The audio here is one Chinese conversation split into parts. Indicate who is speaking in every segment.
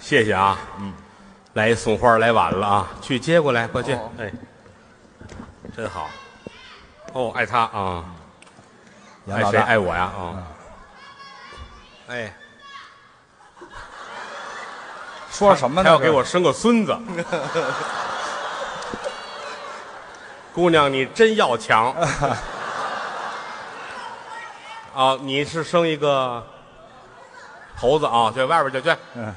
Speaker 1: 谢谢啊。嗯，来一送花来晚了啊，去接过来，快去。
Speaker 2: 哦
Speaker 1: 哎，真好。哦，爱他啊，
Speaker 2: 杨
Speaker 1: 爱
Speaker 2: 老
Speaker 1: 谁
Speaker 2: 大，嗯
Speaker 1: 爱我呀啊。哎，
Speaker 2: 说什么
Speaker 1: 还
Speaker 2: 呢？
Speaker 1: 要给我生个孙 子。姑娘，你真要 强。啊，你是生一个猴子啊？去外边去去。
Speaker 2: 嗯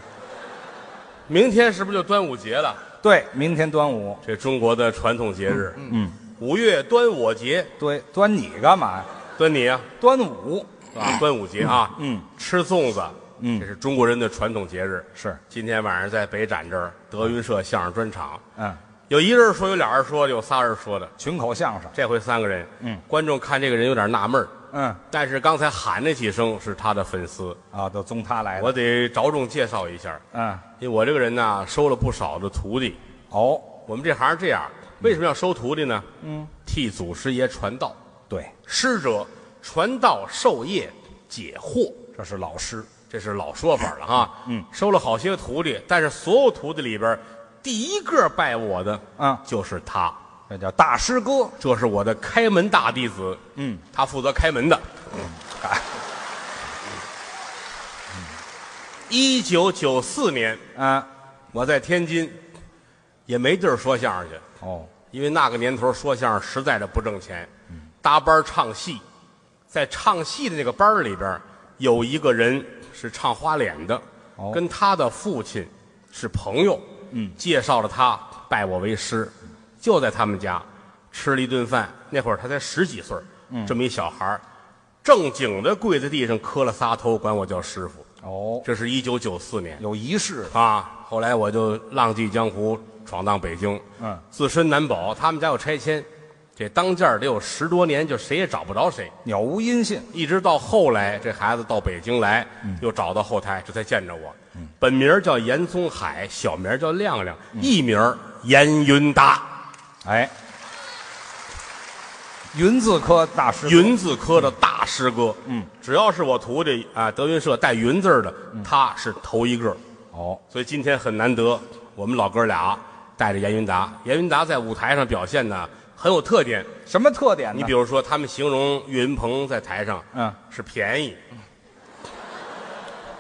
Speaker 1: 明天是不是就端午节了？
Speaker 2: 这对，明天端午，
Speaker 1: 这中国的传统节日，
Speaker 2: 嗯，
Speaker 1: 五月端午节，
Speaker 2: 对，端你干嘛呀？
Speaker 1: 端你啊，
Speaker 2: 端午，
Speaker 1: 啊，端午节啊，
Speaker 2: 嗯，
Speaker 1: 吃粽子，
Speaker 2: 嗯
Speaker 1: 这是中国人的传统节日。
Speaker 2: 是，
Speaker 1: 今天晚上在北展这儿德云社相声专场，
Speaker 2: 嗯，
Speaker 1: 有一人说，有俩人说，有仨人说的，
Speaker 2: 群口相声，
Speaker 1: 这回三个人，
Speaker 2: 嗯，
Speaker 1: 观众看这个人有点纳闷儿
Speaker 2: 嗯，
Speaker 1: 但是刚才喊那几声是他的粉丝，
Speaker 2: 啊，都宗他来
Speaker 1: 我
Speaker 2: 了，
Speaker 1: 得着重介绍一下，
Speaker 2: 嗯，
Speaker 1: 因为我这个人呢收了不少的徒弟，
Speaker 2: 哦，
Speaker 1: 我们这行这样，为什么要收徒弟呢？嗯，替祖师爷传道，
Speaker 2: 对，
Speaker 1: 师者传道授业解惑，
Speaker 2: 这是老师，
Speaker 1: 这是老说法了哈。嗯，收了好些个徒弟，但是所有徒弟里边，第一个拜我的
Speaker 2: 嗯，
Speaker 1: 就是他，
Speaker 2: 这叫大师哥，
Speaker 1: 这是我的开门大弟子。
Speaker 2: 嗯，
Speaker 1: 他负责开门的。一九九四年，
Speaker 2: 啊，
Speaker 1: 我在天津，也没地儿说相声去，
Speaker 2: 哦，
Speaker 1: 因为那个年头说相声实在的不挣钱，搭班儿唱戏，在唱戏的那个班儿里边儿有一个人是唱花脸的，
Speaker 2: 哦
Speaker 1: 跟他的父亲是朋友，嗯，介绍了他拜我为师，就在他们家吃了一顿饭。那会儿他才十几岁儿，这么一小孩儿正经的跪在地上磕了仨头，管我叫师傅。
Speaker 2: 哦，
Speaker 1: 这是一九九四年
Speaker 2: 有仪式，
Speaker 1: 啊，后来我就浪迹江湖，闯荡北京。
Speaker 2: 嗯，
Speaker 1: 自身难保，他们家有拆迁，这当间儿得有十多年，就谁也找不着谁。
Speaker 2: 杳无音信，
Speaker 1: 一直到后来，这孩子到北京来，又找到后台，这才见着我。本名儿叫严宗海，小名儿叫亮亮，艺名儿严云达，
Speaker 2: 哎，云字科大师哥，
Speaker 1: 云字科的大师哥。嗯，只要是我徒弟啊，德云社带云字儿的，他是头一个。
Speaker 2: 哦，
Speaker 1: 所以今天很难得，我们老哥俩带着严云达，严云达在舞台上表现呢很有特点。
Speaker 2: 什么特点呢？
Speaker 1: 你比如说，他们形容岳云鹏在台上，
Speaker 2: 嗯，
Speaker 1: 是便宜。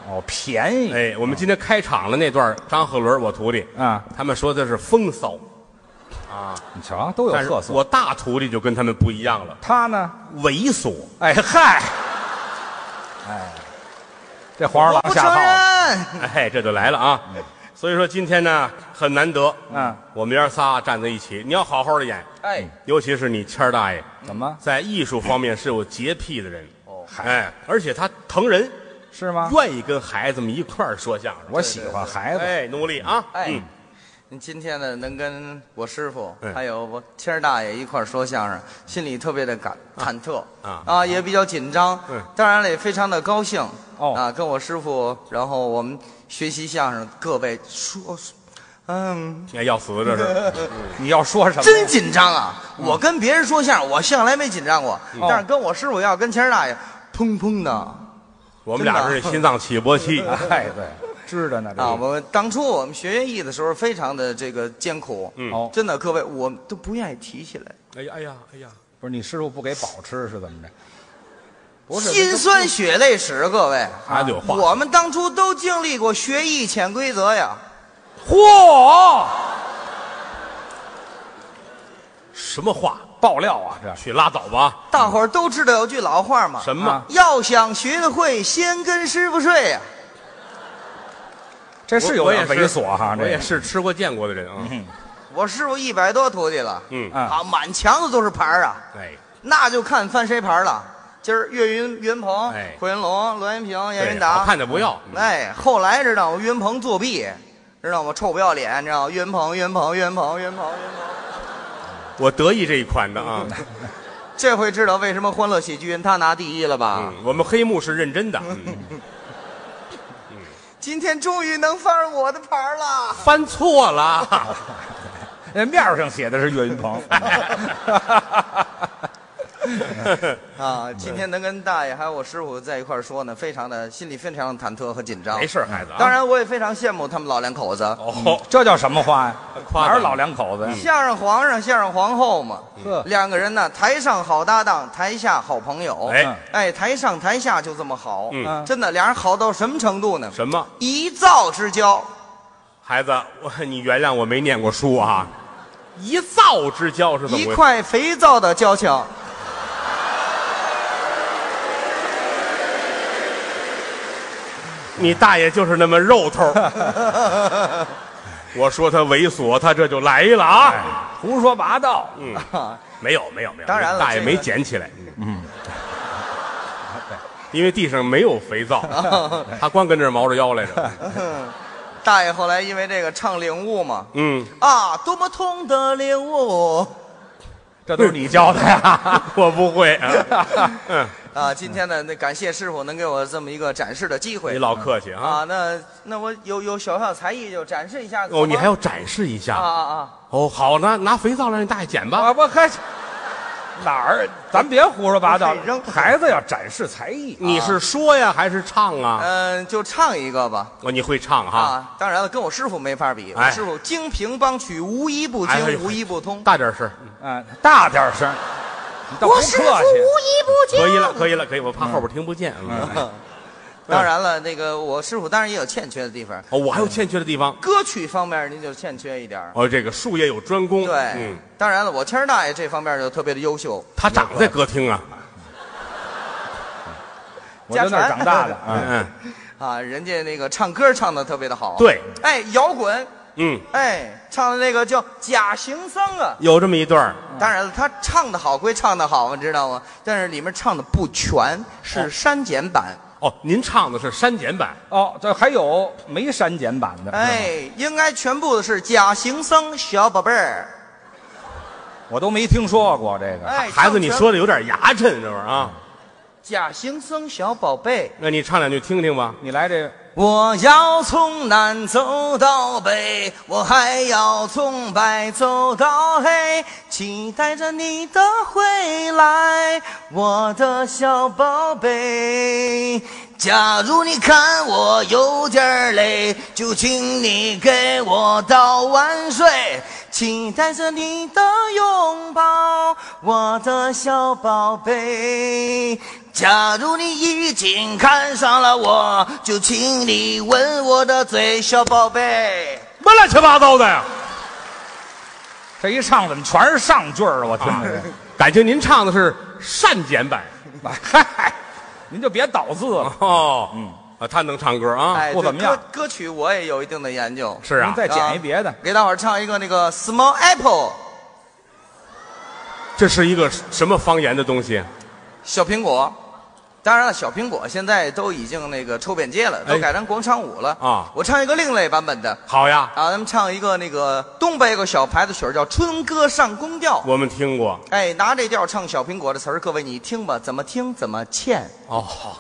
Speaker 2: 哦，便宜，
Speaker 1: 哎，我们今天开场的那段，张鹤伦我徒弟，
Speaker 2: 啊，
Speaker 1: 他们说的是风骚，
Speaker 2: 你瞧，都有
Speaker 1: 但是
Speaker 2: 特色。
Speaker 1: 我大徒弟就跟他们不一样了，
Speaker 2: 他呢？
Speaker 1: 猥琐。
Speaker 2: 哎嗨，哎，这黄二郎下套了，
Speaker 3: 认。
Speaker 1: 哎，这就来了啊。所以说今天呢很难得，
Speaker 2: 嗯，
Speaker 1: 我们爷儿仨站在一起，你要好好的演，
Speaker 3: 哎，
Speaker 1: 尤其是你谦儿大爷，
Speaker 2: 怎么
Speaker 1: 在艺术方面是有洁癖的人，
Speaker 2: 哦
Speaker 1: 哎，而且他疼人，
Speaker 2: 是吗？
Speaker 1: 愿意跟孩子们一块儿说相声。
Speaker 2: 我喜欢啊孩子，
Speaker 1: 哎，努力啊！
Speaker 3: 哎
Speaker 1: 嗯，
Speaker 3: 您今天呢，能跟我师傅
Speaker 1: 嗯
Speaker 3: 还有我谦儿大爷一块儿说相声，心里特别的感忐忑
Speaker 1: 啊
Speaker 3: 也比较紧张
Speaker 1: 嗯，
Speaker 3: 当然了也非常的高兴
Speaker 2: 哦
Speaker 3: 啊，跟我师傅，然后我们学习相声，各位说，嗯，
Speaker 1: 哎要死这是，
Speaker 2: 你要说什么？
Speaker 3: 真紧张啊！我跟别人说相声，我向来没紧张过，但是跟我师傅要跟谦儿大爷，砰砰的。啊
Speaker 1: 我们俩是心脏起搏器。
Speaker 2: 哎，对，知道呢。这
Speaker 3: 啊，我们当初我们学乐艺的时候，非常的这个艰苦，嗯
Speaker 2: 哦
Speaker 3: 真的，各位我都不愿意提起来，
Speaker 1: 哎呀哎呀哎呀！
Speaker 2: 不是你师傅不给饱吃是怎么着？不是
Speaker 3: 心酸血泪史，各位，
Speaker 2: 啊
Speaker 1: 孩子有话，
Speaker 3: 我们当初都经历过学艺潜规则呀，
Speaker 2: 嚯，
Speaker 1: 什么话？
Speaker 2: 爆料啊，这
Speaker 1: 去拉倒吧！
Speaker 3: 大伙儿都知道有句老话嘛，
Speaker 1: 什么
Speaker 2: 啊？
Speaker 3: 要想学得会，先跟师傅睡呀、
Speaker 2: 这
Speaker 1: 我
Speaker 2: 是有点
Speaker 1: 我也
Speaker 2: 猥
Speaker 1: 是
Speaker 2: 琐哈，
Speaker 1: 我
Speaker 2: 这
Speaker 1: 也
Speaker 2: 个嗯
Speaker 1: 是吃过见过的人啊。
Speaker 3: 我师傅一百多徒弟了，
Speaker 1: 嗯，
Speaker 2: 啊
Speaker 3: 啊，满墙子都是牌儿啊，
Speaker 1: 哎，
Speaker 3: 那就看翻谁牌儿了。今儿岳云岳云鹏、
Speaker 1: 哎
Speaker 3: 霍云龙、罗云平、
Speaker 1: 对
Speaker 3: 闫云达
Speaker 2: 啊
Speaker 1: 好，看的不要。嗯
Speaker 3: 哎，后来知道吗？岳云鹏作弊，知道吗？臭不要脸，你
Speaker 1: 嗯
Speaker 3: 知道吗？岳云鹏，岳云鹏，岳云鹏，岳云鹏，岳云鹏。
Speaker 1: 我得意这一款的啊。
Speaker 2: 嗯
Speaker 3: 这回知道为什么《欢乐喜剧人》他拿第一了吧？
Speaker 2: 啊
Speaker 1: 嗯，我们黑幕是认真的。嗯
Speaker 3: 今天终于能翻上我的牌儿了。
Speaker 1: 翻错了，
Speaker 2: 人面儿上写的是岳云鹏。
Speaker 3: 啊，今天能跟大爷还有我师傅在一块儿说呢，非常的心里非常的忐忑和紧 张
Speaker 1: 没。事儿，孩子啊。
Speaker 3: 当然，我也非常羡慕他们老两口子，
Speaker 1: 哦，
Speaker 2: 这叫什么话呀？
Speaker 1: 夸嗯
Speaker 2: 哪
Speaker 1: 咱
Speaker 2: 是
Speaker 1: 们
Speaker 2: 老两口子呀？
Speaker 3: 相声皇上、相声皇后嘛，
Speaker 2: 呵，
Speaker 3: 两个人呢，台上好搭档，台下好朋友。
Speaker 1: 哎，
Speaker 3: 哎，台上台下就这么好，
Speaker 1: 嗯
Speaker 2: 嗯
Speaker 3: 真的，俩人好到什么程度呢？
Speaker 1: 什么
Speaker 3: 一灶之交，
Speaker 1: 孩子？我你原谅我没念过书啊。一灶之交是怎么
Speaker 3: 一
Speaker 1: 回事？
Speaker 3: 块肥皂的交情。
Speaker 1: 你大爷就是那么肉 头儿。我说他猥琐，他这就来了啊！
Speaker 2: 哎
Speaker 1: 嗯
Speaker 2: 胡说八道！
Speaker 1: 没有没有没有，
Speaker 3: 当然了
Speaker 1: 大爷
Speaker 3: 这个
Speaker 1: 没捡起来。嗯，因为地上没有肥 皂，他光跟这儿毛着腰来着。
Speaker 3: 大爷后来因为这个唱领悟嘛，
Speaker 1: 嗯，
Speaker 3: 啊，多么痛的领悟
Speaker 2: 这都 是你教的呀？
Speaker 1: 我不会。 嗯，
Speaker 3: 啊！今天呢，那感谢师傅能给我这么一个展示的机
Speaker 1: 你
Speaker 3: 会
Speaker 1: 老客气啊。
Speaker 3: 啊。那那我有有小小才艺就展示一下。
Speaker 1: 哦，你还
Speaker 3: 有
Speaker 1: 要展示一
Speaker 3: 啊
Speaker 1: 下。
Speaker 3: 啊啊！
Speaker 1: 哦，好，拿拿肥皂让你大爷捡吧。
Speaker 2: 我我开始 哪儿？咱别胡说八道
Speaker 3: 不是扔！
Speaker 2: 孩子要展示才艺，
Speaker 1: 你是说呀还是唱啊？
Speaker 3: 嗯，就唱一个吧
Speaker 1: 哦，你会唱哈？
Speaker 3: 啊！当然了，跟我师傅没法比，我
Speaker 1: 哎
Speaker 3: 师傅京评梆曲无一不
Speaker 1: 哎呦
Speaker 3: 精，无一不通。
Speaker 1: 大点声，
Speaker 2: 嗯，大点声，你倒不
Speaker 4: 我师傅无
Speaker 2: 客气。
Speaker 4: 一不精。
Speaker 1: 啊可以了，可以了，可以，我怕后边听不见。嗯
Speaker 3: 当然了，那个我师傅当然也有欠缺的地方，
Speaker 1: 哦，我还有欠缺的地方。
Speaker 3: 歌曲方面您就欠缺一点儿。
Speaker 1: 哦，这个术业有专攻。
Speaker 3: 对，
Speaker 1: 嗯，
Speaker 3: 当然了，我谦儿大爷这方面就特别的优秀。
Speaker 1: 他长在歌厅啊。
Speaker 2: 我在那儿
Speaker 3: 家传
Speaker 2: 长大的啊，
Speaker 1: 嗯
Speaker 3: 啊，人家那个唱歌唱的特别的好。，
Speaker 1: 对，
Speaker 3: 哎，摇滚，
Speaker 1: 嗯，
Speaker 3: 哎，唱的那个叫《假行僧》啊。
Speaker 1: 有这么一段儿
Speaker 3: 当然了，他唱的好归唱的好，你知道吗？但是里面唱的不全，是删减版。
Speaker 1: 哦，您唱的是删减版，
Speaker 2: 哦，这还有没删减版
Speaker 1: 嗯
Speaker 2: 的？
Speaker 3: 哎，应该全部的是《假行僧》小宝贝儿。
Speaker 2: 我都没听说过这个。
Speaker 3: 哎，
Speaker 1: 孩子你
Speaker 3: 唱全
Speaker 1: 说的有点牙碜，这玩意儿啊。
Speaker 3: 假行僧小宝贝》，
Speaker 1: 那你唱两句听听吧。
Speaker 2: 你来这个，
Speaker 3: 我要从南走到北，我还要从白走到黑，期待着你的回来，我的小宝贝。假如你看我有点儿累，就请你给我倒碗水，期待着你的拥抱，我的小宝贝。假如你已经看上了我，就请你吻我的嘴，小宝贝。
Speaker 1: 什么乱七八糟的呀？
Speaker 2: 这一唱怎么全是上句儿啊？我听着这。
Speaker 1: 感情您唱的是删减版
Speaker 2: 嗨，您就别倒字了。
Speaker 1: 哦。嗯，啊，他能唱歌啊。
Speaker 2: 不
Speaker 3: 对
Speaker 2: 怎么样
Speaker 3: 哎歌歌曲我也有一定的研究，
Speaker 1: 是啊
Speaker 2: 您，再捡一别的
Speaker 3: 啊，给大伙儿唱一个那个 Small Apple
Speaker 1: 这是一个什么方言的东西？
Speaker 3: 小苹果。当然了，小苹果现在都已经那个抽扁街了，都
Speaker 1: 哎
Speaker 3: 改成广场舞了
Speaker 1: 啊
Speaker 3: 我唱一个另类版本的
Speaker 1: 好呀，
Speaker 3: 啊，咱们唱一个那个东北有个小牌子曲儿叫《春歌上宫调》。
Speaker 1: 我们听过。
Speaker 3: 哎，拿这调唱《小苹果》的词儿，各位你听吧，怎么听怎么欠。
Speaker 1: 哦，好，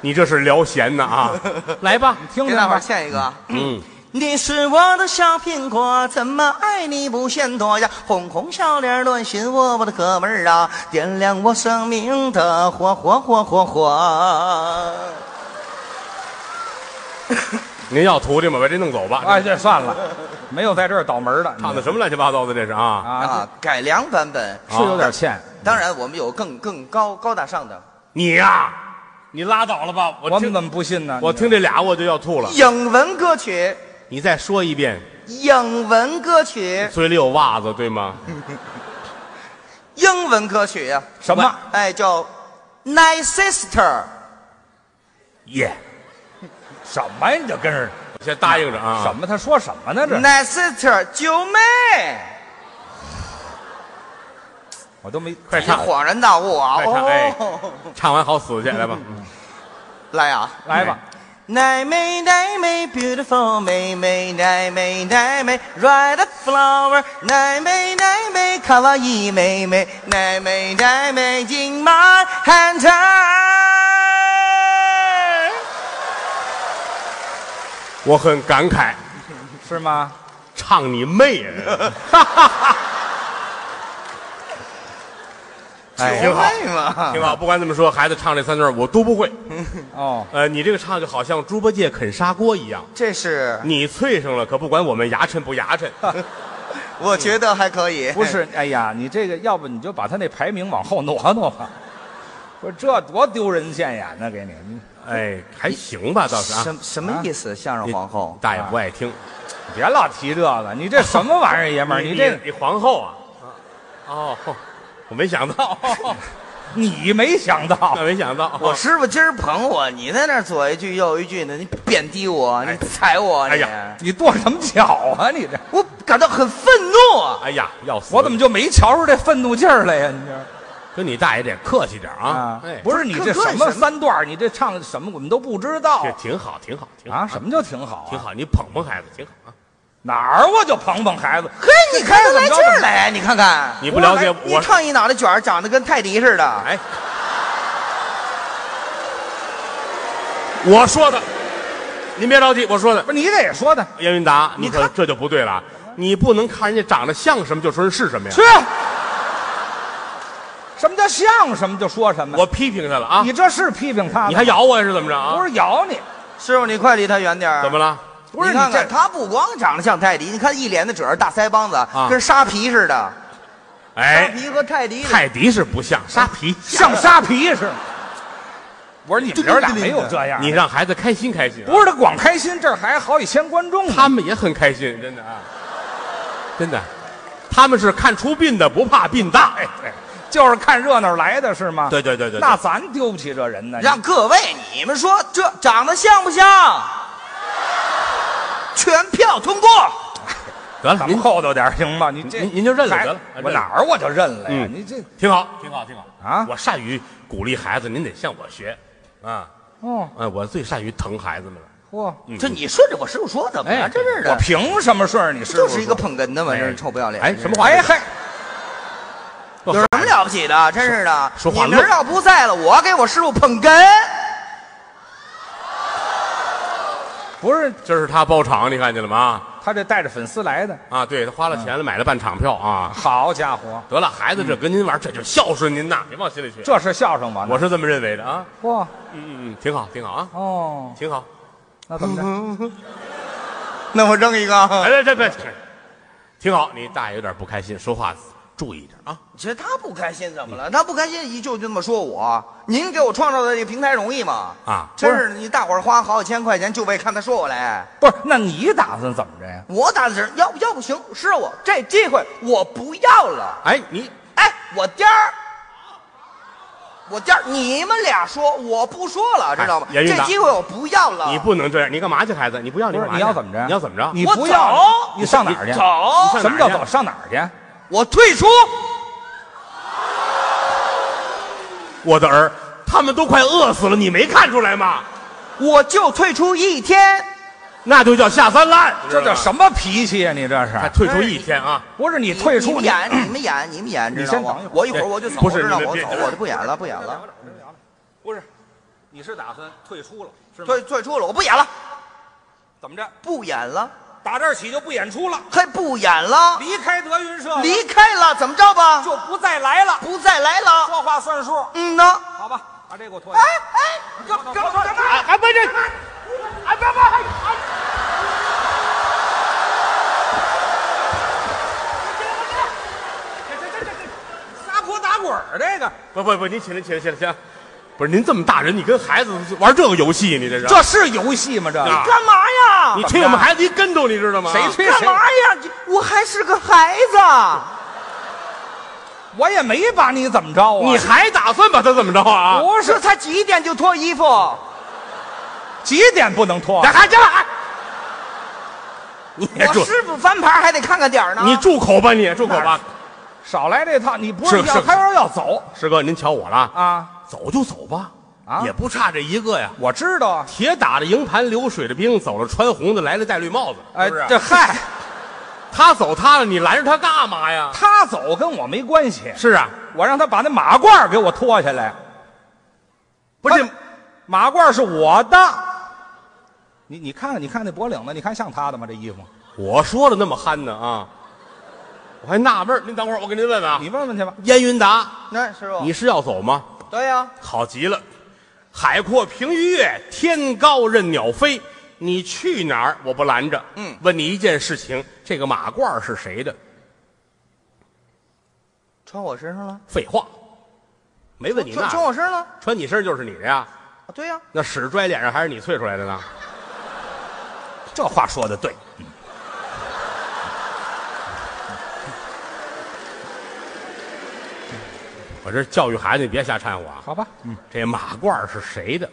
Speaker 1: 你这是聊闲呢啊！ 来吧，
Speaker 2: 听
Speaker 3: 给
Speaker 2: 听
Speaker 3: 大伙儿
Speaker 2: 吧。
Speaker 3: 欠一个啊。
Speaker 1: 嗯，
Speaker 3: 你是我的小苹果，怎么爱你不嫌多呀？红红小脸乱寻我，我的哥们儿啊，点亮我生命的火火火火
Speaker 1: 啊
Speaker 3: 火。
Speaker 1: 您要徒弟吗？把这弄走吧。
Speaker 2: 哎，这算了，没有在这儿倒门的。
Speaker 1: 唱的什么乱七八糟的？这是啊，
Speaker 2: 啊
Speaker 3: 啊，，改良版本。
Speaker 2: 是有点欠。
Speaker 3: 当然，我们有更更高高大上的。
Speaker 1: 你呀、你拉倒了吧！
Speaker 2: 我
Speaker 1: 我
Speaker 2: 们
Speaker 1: 听，
Speaker 2: 怎么不信呢？
Speaker 1: 我听这俩我就要吐了。
Speaker 3: 英文歌曲，
Speaker 1: 你再说一遍，
Speaker 3: 英文歌曲，
Speaker 1: 嘴里有袜子对吗？
Speaker 3: 英文歌曲呀、
Speaker 2: 什么？
Speaker 3: 哎，叫《Nice Sister
Speaker 1: 耶、
Speaker 2: 什么呀？你这跟人
Speaker 1: 先答应着啊。
Speaker 2: 什么？他说什么呢？》这
Speaker 3: ，Nice Sister，九妹，
Speaker 2: 我都没
Speaker 1: 快唱，
Speaker 3: 恍然大悟啊！
Speaker 1: 快唱哎
Speaker 3: 哦，
Speaker 1: 唱完好死去，来吧。
Speaker 3: 来啊！
Speaker 2: 来吧。
Speaker 3: 奶妹奶妹，beautiful 妹妹，奶妹奶妹，right up flower，奶妹奶妹，卡哇伊妹妹，奶妹奶妹，in my hand。
Speaker 1: 我很感慨，
Speaker 2: 是吗？
Speaker 1: 唱啊 你妹呀！
Speaker 2: 哎
Speaker 1: 挺好
Speaker 3: 会嘛
Speaker 1: 挺好。不管怎么说，孩子唱这三段我都不会。
Speaker 2: 哦，
Speaker 1: 呃，你这个唱就好像猪八戒啃砂锅一样，
Speaker 3: 这是
Speaker 1: 你脆上了，可不管我们牙碜不牙碜。
Speaker 3: 我觉得还可以，
Speaker 2: 不是，哎呀，你这个要不你就把他那排名往后挪挪吧。不是，这多丢人现眼呢，给你。你
Speaker 1: 哎，还行吧，倒是啊
Speaker 3: 什。什么意思？相声皇后
Speaker 1: 大爷不爱听，
Speaker 2: 别老提这个，你这什么玩意儿，爷们 儿？你这
Speaker 1: 你皇后啊？哦，我没想到，
Speaker 2: 哦 你没想到
Speaker 1: 那，没想到。
Speaker 3: 我师傅今儿捧我，你在那儿左一句右一句的，你贬低我，你踩我，
Speaker 1: 哎
Speaker 3: 你
Speaker 1: 呀
Speaker 2: 你跺什么脚啊？你这，
Speaker 3: 我感到很愤怒啊！
Speaker 1: 哎呀，要死！
Speaker 2: 我怎么就没瞧出这愤怒劲儿来呀？你这
Speaker 1: 跟你大爷得客气点啊？哎，
Speaker 2: 不是你这什么三段儿，你这唱什么我们都不知道
Speaker 1: 这挺好，挺好，挺好
Speaker 2: 啊？什么叫挺好啊？
Speaker 1: 挺好，你捧捧孩子挺好啊。
Speaker 2: 哪儿我就捧捧孩子，
Speaker 3: 嘿，你看他来劲儿来，你看看，
Speaker 1: 你不了解
Speaker 3: 我来，
Speaker 1: 我
Speaker 3: 一烫一脑袋卷儿，长得跟泰迪似的。
Speaker 1: 哎，我说的，您别着急，我说的。
Speaker 2: 不是你这也 说的，
Speaker 1: 严云达，你
Speaker 3: 你
Speaker 1: 可
Speaker 3: 看
Speaker 1: 这就不对了，你不能看人家长得像什么就说人是什么呀
Speaker 2: 去。。 什么叫像什么就说什么？
Speaker 1: 我批评他了啊
Speaker 2: 你！这是批评他的吗？
Speaker 1: 你还咬我呀？是怎么着
Speaker 2: 不
Speaker 1: 啊？
Speaker 2: 是咬你？
Speaker 3: 师傅，你快离他远点儿。
Speaker 1: 怎么？了？
Speaker 2: 不是
Speaker 3: 你看看
Speaker 2: 这
Speaker 3: 他不光长得像泰迪，你看一脸的褶儿，大腮帮子，跟沙皮似的。沙
Speaker 1: 啊哎，
Speaker 3: 皮和泰迪
Speaker 1: 泰迪是不像沙皮，
Speaker 2: 像沙皮似的。我说你们这儿俩没有这样的，
Speaker 1: 你让孩子开心开心啊。
Speaker 2: 不是他光开心，这儿还好几千观众呢。
Speaker 1: 他们也很开心，真的啊，真的，他们是看出殡的，不怕殡大。哎，
Speaker 2: 对，就是看热闹来的是吗？
Speaker 1: 对对对对对
Speaker 2: 那咱丢不起这人呢。
Speaker 3: 让各位你们说这长得像不像？全票通过。
Speaker 1: 得了，
Speaker 2: 咱们
Speaker 1: 您
Speaker 2: 厚道点儿行吗？你这
Speaker 1: 您您就认了
Speaker 2: 还
Speaker 1: 得了
Speaker 2: 我哪儿我就认了呀。
Speaker 1: 嗯
Speaker 2: 你这
Speaker 1: 挺好，挺好，挺好
Speaker 2: 啊
Speaker 1: 我善于鼓励孩子，您得向我学啊。
Speaker 2: 哦，
Speaker 1: 嗯，我最善于疼孩子们了。
Speaker 2: 嚯，
Speaker 3: 这你顺着我师傅说的嘛，
Speaker 1: 嗯哎
Speaker 3: 真是
Speaker 2: 我
Speaker 3: 的，
Speaker 2: 凭什么顺着你师傅
Speaker 3: 这就是一个
Speaker 2: 说
Speaker 3: 捧哏的嘛，
Speaker 1: 哎
Speaker 3: 真是臭不要脸。
Speaker 1: 哎，什么话？
Speaker 2: 哎嗨，
Speaker 1: 有
Speaker 3: 有什么？了不起的？真是的，
Speaker 1: 说话
Speaker 3: 你明儿
Speaker 1: 愣
Speaker 3: 要不在了，我给我师傅捧哏。
Speaker 2: 不是
Speaker 1: 今儿是他包场，你看见了吗？
Speaker 2: 他这带着粉丝来的，
Speaker 1: 啊，对他花了钱了，买了半场票啊。
Speaker 2: 好家伙，
Speaker 1: 得了，孩子，这跟您玩，这就孝顺您呐，别往心里去。
Speaker 2: 这是孝顺吗？
Speaker 1: 我是这么认为的啊。
Speaker 2: 嚯
Speaker 1: 嗯嗯嗯，挺好，挺好啊，
Speaker 2: 哦，
Speaker 1: 挺好。
Speaker 2: 那怎么着？
Speaker 3: 那我扔一个啊。
Speaker 1: 哎，这这这，挺好。你大爷有点不开心，说话注意一点啊。
Speaker 3: 其实他不开心怎么了？他不开心一就这么说我。您给我创造的这个平台容易吗？
Speaker 1: 啊
Speaker 3: 真是的，你大伙儿花好几千块钱就为看他说我来。
Speaker 2: 不是，那你打算怎么着呀？
Speaker 3: 我打的是要不要不行，是啊我这机会我不要了。
Speaker 1: 哎，你
Speaker 3: 哎，我颠儿，我颠儿，你们俩说，我不说了，知道吗？
Speaker 1: 严
Speaker 3: 这
Speaker 1: 云达
Speaker 3: 机会我不要了。
Speaker 1: 你不能这样，你干嘛去，孩子？你不要你
Speaker 2: 不
Speaker 1: 干
Speaker 2: 是，
Speaker 1: 嘛去？
Speaker 2: 你要怎么着？
Speaker 1: 你要怎么着？
Speaker 2: 你
Speaker 3: 我
Speaker 2: 不要
Speaker 3: 走，
Speaker 2: 你上哪儿去？
Speaker 3: 走，
Speaker 2: 什么叫
Speaker 1: 上哪
Speaker 2: 走？
Speaker 1: 儿去
Speaker 2: 上哪儿去？
Speaker 3: 我退出。
Speaker 1: 我的儿，他们都快饿死了，你没看出来吗？
Speaker 3: 我就退出一天，
Speaker 1: 那就叫下三滥，
Speaker 2: 这叫哎
Speaker 1: 么？
Speaker 2: 什么脾气呀？你这
Speaker 1: 还
Speaker 2: 是？
Speaker 1: 退出一天啊？
Speaker 2: 不是你退
Speaker 3: 你
Speaker 2: 出
Speaker 3: 们
Speaker 2: 你
Speaker 3: 演，你们演，你们演，
Speaker 2: 你
Speaker 3: 知道
Speaker 2: 先
Speaker 3: 吗
Speaker 2: 等一会？儿
Speaker 3: 我一会儿我就走，
Speaker 1: 不是
Speaker 3: 知道
Speaker 1: 你
Speaker 3: 吗？我
Speaker 1: 别
Speaker 3: 走
Speaker 1: 别，
Speaker 3: 我就不演了，不演了，
Speaker 2: 不是，你是打算退出了是？
Speaker 3: 退退出了，我不演了，
Speaker 2: 怎么着？
Speaker 3: 不演了，
Speaker 2: 打这儿起就不演出了，
Speaker 3: 还不演了，
Speaker 2: 离开德云社了
Speaker 3: 离开了，怎么着吧？
Speaker 2: 就不再来了，
Speaker 3: 不再来了。
Speaker 2: 说话算数。
Speaker 3: 嗯呢，
Speaker 2: 好吧，把这给我脱
Speaker 3: 哎
Speaker 2: 下。
Speaker 3: 哎，
Speaker 2: 干干干嘛？
Speaker 1: 还不这？哎，不不，
Speaker 2: 这这这这撒泼打滚儿这个，
Speaker 1: 不不不，您起来起来起来起来！不是您这么大人，你跟孩子玩这个游戏，你这是？
Speaker 2: 这是游戏吗？这
Speaker 1: 啊
Speaker 3: 干嘛呀
Speaker 1: 你？推我们孩子一跟头，你知道吗？
Speaker 2: 谁推
Speaker 3: 干
Speaker 2: 谁？
Speaker 3: 嘛呀？你我还是个孩子，
Speaker 2: 我也没把你怎么着啊！
Speaker 1: 你还打算把他怎么着啊？
Speaker 2: 不
Speaker 3: 这
Speaker 2: 是
Speaker 3: 才几点就脱衣服？
Speaker 2: 几点不能啊脱
Speaker 1: 那？还这还？你也
Speaker 3: 我啊
Speaker 1: 住，
Speaker 3: 师傅翻牌还得看看点儿呢。
Speaker 1: 你住口吧你，住口吧！
Speaker 2: 少来这套！你不是
Speaker 1: 是
Speaker 2: 要
Speaker 1: 是
Speaker 2: 他说要走
Speaker 1: 师哥，您瞧我了啊，
Speaker 2: 啊？
Speaker 1: 走就走吧，
Speaker 2: 啊
Speaker 1: 也不差这一个呀。
Speaker 2: 我知道啊。
Speaker 1: 铁打的营盘流水的兵，走了穿红的，来了戴绿帽子，
Speaker 2: 哎，
Speaker 1: 是不是？啊
Speaker 2: 这嗨，
Speaker 1: 他走他了，你拦着他干嘛呀？
Speaker 2: 他走跟我没关系，
Speaker 1: 是啊，
Speaker 2: 我让他把那马褂儿给我脱下来。
Speaker 1: 不是
Speaker 2: 他马褂儿是我的。你你看看，你看那脖领子，你看像他的吗？这衣服
Speaker 1: 我说的那么憨呢啊！我还纳闷儿您等会儿，我给您问问啊
Speaker 2: 你。问问去吧。
Speaker 1: 燕云达，
Speaker 3: 那师傅，
Speaker 1: 你是要走吗？
Speaker 3: 对呀、
Speaker 1: 好极了，海阔凭鱼跃，天高任鸟飞。你去哪儿，我不拦着。
Speaker 3: 嗯，
Speaker 1: 问你一件事情，这个马褂是谁的？
Speaker 3: 穿我身上了，
Speaker 1: 废话，没问你那
Speaker 3: 穿穿我身上了，
Speaker 1: 穿你身上就是你的呀。
Speaker 3: 啊对呀、
Speaker 1: 那屎拽脸上还是你啐出来的呢？
Speaker 2: 这话说的对，
Speaker 1: 我这教育孩子，你别瞎掺和啊。
Speaker 2: 好吧？嗯，
Speaker 1: 这马褂是谁的？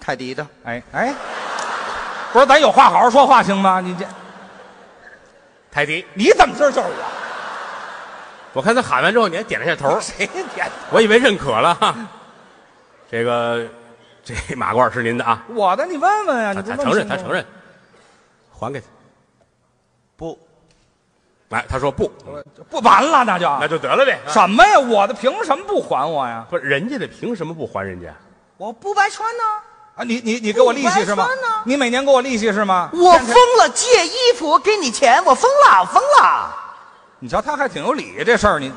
Speaker 3: 泰迪的，
Speaker 2: 哎哎，不是，咱有话好好说话行吗？你这
Speaker 1: 泰迪。
Speaker 2: 你怎么知道就是我？
Speaker 1: 我看他喊完之后，你还点了一下头，
Speaker 2: 谁点
Speaker 1: 我以为认可了。哈。这个，这马褂是您的啊？
Speaker 2: 我的？你问问呀，
Speaker 1: 他
Speaker 2: 哎你
Speaker 1: 他
Speaker 2: 不问
Speaker 1: 承认，
Speaker 2: 清楚
Speaker 1: 他
Speaker 2: 吗
Speaker 1: 承。认，还给他。
Speaker 3: 不，
Speaker 1: 来，他说不，
Speaker 2: 不完了，那就
Speaker 1: 那就得了呗。啊
Speaker 2: 什么呀？我的凭什么不还我呀？
Speaker 1: 不是人家的，凭什么不还人家？
Speaker 3: 我不白穿呢，
Speaker 2: 啊，你你你给我利息是吗
Speaker 3: 不还呢？
Speaker 2: 你每年给我利息是吗？
Speaker 3: 我疯了，借衣服我给你钱，我疯了，疯了，
Speaker 2: 你瞧他还挺有理这事儿，你